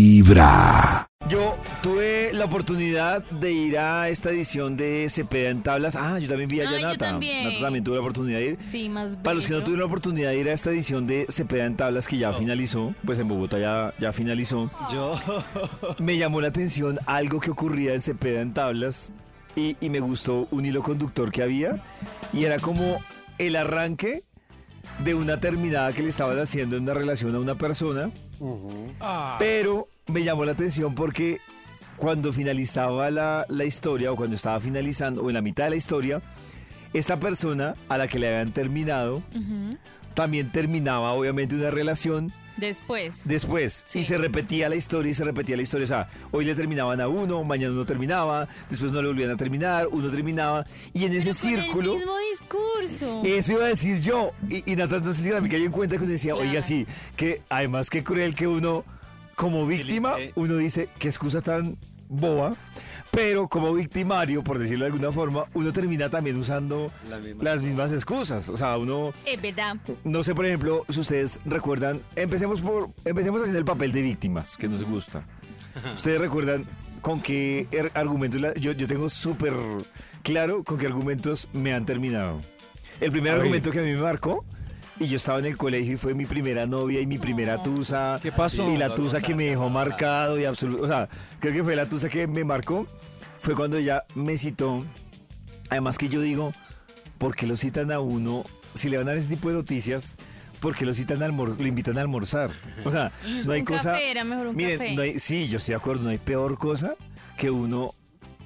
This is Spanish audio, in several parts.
Vibra. Yo tuve la oportunidad de ir a esta edición de Cepeda en Tablas. Ah, yo también vi allá Ay, yo Nata. también. Nata también tuve la oportunidad de ir. Sí, más Para los que no bello. tuvieron la oportunidad de ir a esta edición de Cepeda en Tablas, que ya finalizó, pues en Bogotá ya, ya finalizó, Yo, me llamó la atención algo que ocurría en Cepeda en Tablas y, y me gustó un hilo conductor que había y era como el arranque de una terminada que le estaban haciendo en una relación a una persona Pero me llamó la atención porque cuando finalizaba la, la historia o cuando estaba finalizando o en la mitad de la historia, esta persona a la que le habían terminado Ujú. también terminaba obviamente una relación Después. después y Sí. se repetía la historia y se repetía la historia. O sea, hoy le terminaban a uno, mañana uno terminaba, después no le volvían a terminar, uno terminaba y en ese Pero con círculo... eh, El mismo discurso. Eso iba a decir yo. Y, y Nata, no sé si también cayó en cuenta que uno decía, Claro. oiga, sí, que además que cruel que uno, como víctima, eh. uno dice, qué excusa tan boba. Pero como victimario, por decirlo de alguna forma, uno termina también usando La misma. las mismas excusas. O sea, uno, Es verdad. no sé, por ejemplo, si ustedes recuerdan, empecemos por, empecemos haciendo el papel de víctimas, que nos gusta. Ustedes recuerdan con qué er- argumentos, la- yo, yo tengo súper claro con qué argumentos me han terminado. El primer argumento que a mí me marcó, y yo estaba en el colegio y fue mi primera novia y mi primera tusa. ¿Qué pasó? Y la tusa que me dejó marcado y absoluto, o sea, creo que fue la tusa que me marcó, fue cuando ella me citó. Además que yo digo, ¿por qué lo citan a uno? Si le van a dar ese tipo de noticias, ¿por qué lo citan a almor- lo invitan a almorzar? O sea, no hay un cosa... café era mejor un Miren, café. no hay- sí, yo estoy de acuerdo, no hay peor cosa que uno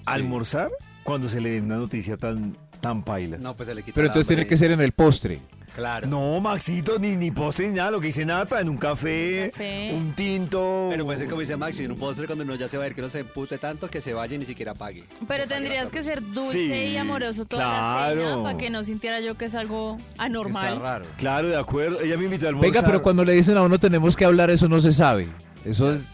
almorzar cuando se le den una noticia tan, tan pailas. No, pues se le quita Pero el entonces hambre. tiene que ser en el postre. Claro. No, Maxito, ni, ni postre ni nada, lo que dice Nata, en un café, un, Un café. tinto. Pero puede ser como dice Maxi, en un postre cuando uno ya se va a ir, que no se empute tanto que se vaya y ni siquiera pague. Pero tendrías que ser dulce Sí, y amoroso toda la claro. cena para que no sintiera yo que es algo anormal. Está raro. Claro, de acuerdo, ella me invitó a almorzar. Venga, pero cuando le dicen a uno tenemos que hablar, eso no se sabe. Eso es,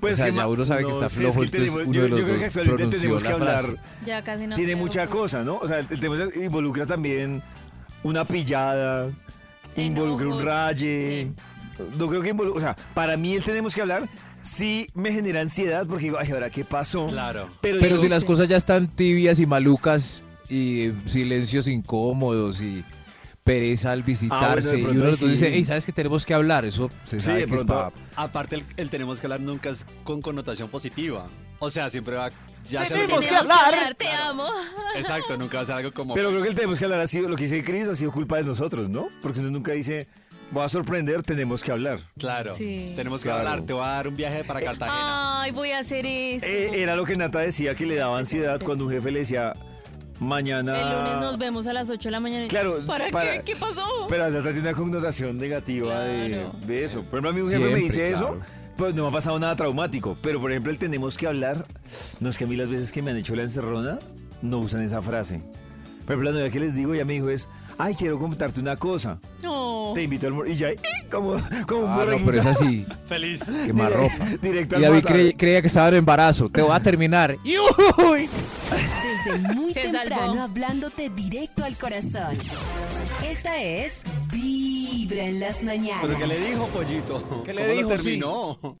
Pues o sea, que ya ma- uno sabe que está sí, flojo, es que entonces tenemos- uno yo, de los yo creo que dos actualmente pronunció tenemos que la hablar. frase. Ya casi no. tiene sé mucha cómo- cosa, ¿no? O sea, el tema involucra también una pillada, involucra un Enojos, raye. No creo que involucre, o sea, para mí el tenemos que hablar sí me genera ansiedad porque digo, ay, ahora qué pasó. Claro. Pero, Pero yo- si las cosas ya están tibias y malucas y silencios incómodos y pereza al visitarse Ah, de y pronto uno sí. entonces dice, hey, ¿sabes que tenemos que hablar? Eso se Sí, sabe de que es pronto. pa- Aparte, el, el tenemos que hablar nunca es con connotación positiva. O sea, siempre va. Ya se Tenemos que hablar. hablar. Te amo. Exacto, nunca va a ser algo como. Pero creo que el tenemos que hablar ha sido, lo que dice Cris, ha sido culpa de nosotros, ¿no? Porque uno nunca dice, voy a sorprender, tenemos que hablar. claro. Sí. Tenemos que Claro. hablar. Te voy a dar un viaje para Cartagena. Ay, voy a hacer eso. Eh, era lo que Nata decía que le daba ansiedad cuando un jefe le decía, mañana... El lunes nos vemos a las 8 de la mañana. Y- Claro, ¿Para, para- qué? ¿Qué pasó? Pero ya tiene una connotación negativa de, Claro. de eso. Por ejemplo, a mí un jefe Siempre, me dice claro. eso, pues no me ha pasado nada traumático. Pero por ejemplo, el tenemos que hablar. No es que a mí las veces que me han hecho la encerrona, no usan esa frase. Por ejemplo, la novia que les digo, ya me dijo es, ay, quiero contarte una cosa. no. Te invito al almorzar. Y ya, ¡ih! como, como un Ah, no, borreguito. pero es así, Feliz. que más ropa. Directo Y al David matar. cre- creía que estaba en embarazo. Te va a terminar. ¡Yujuy! Desde muy Se salvó. temprano hablándote directo al corazón. Esta es Vibra en las mañanas. Ah. ¿Pero qué le dijo, pollito? ¿Qué le ¿Cómo lo dijo? Sí. terminó?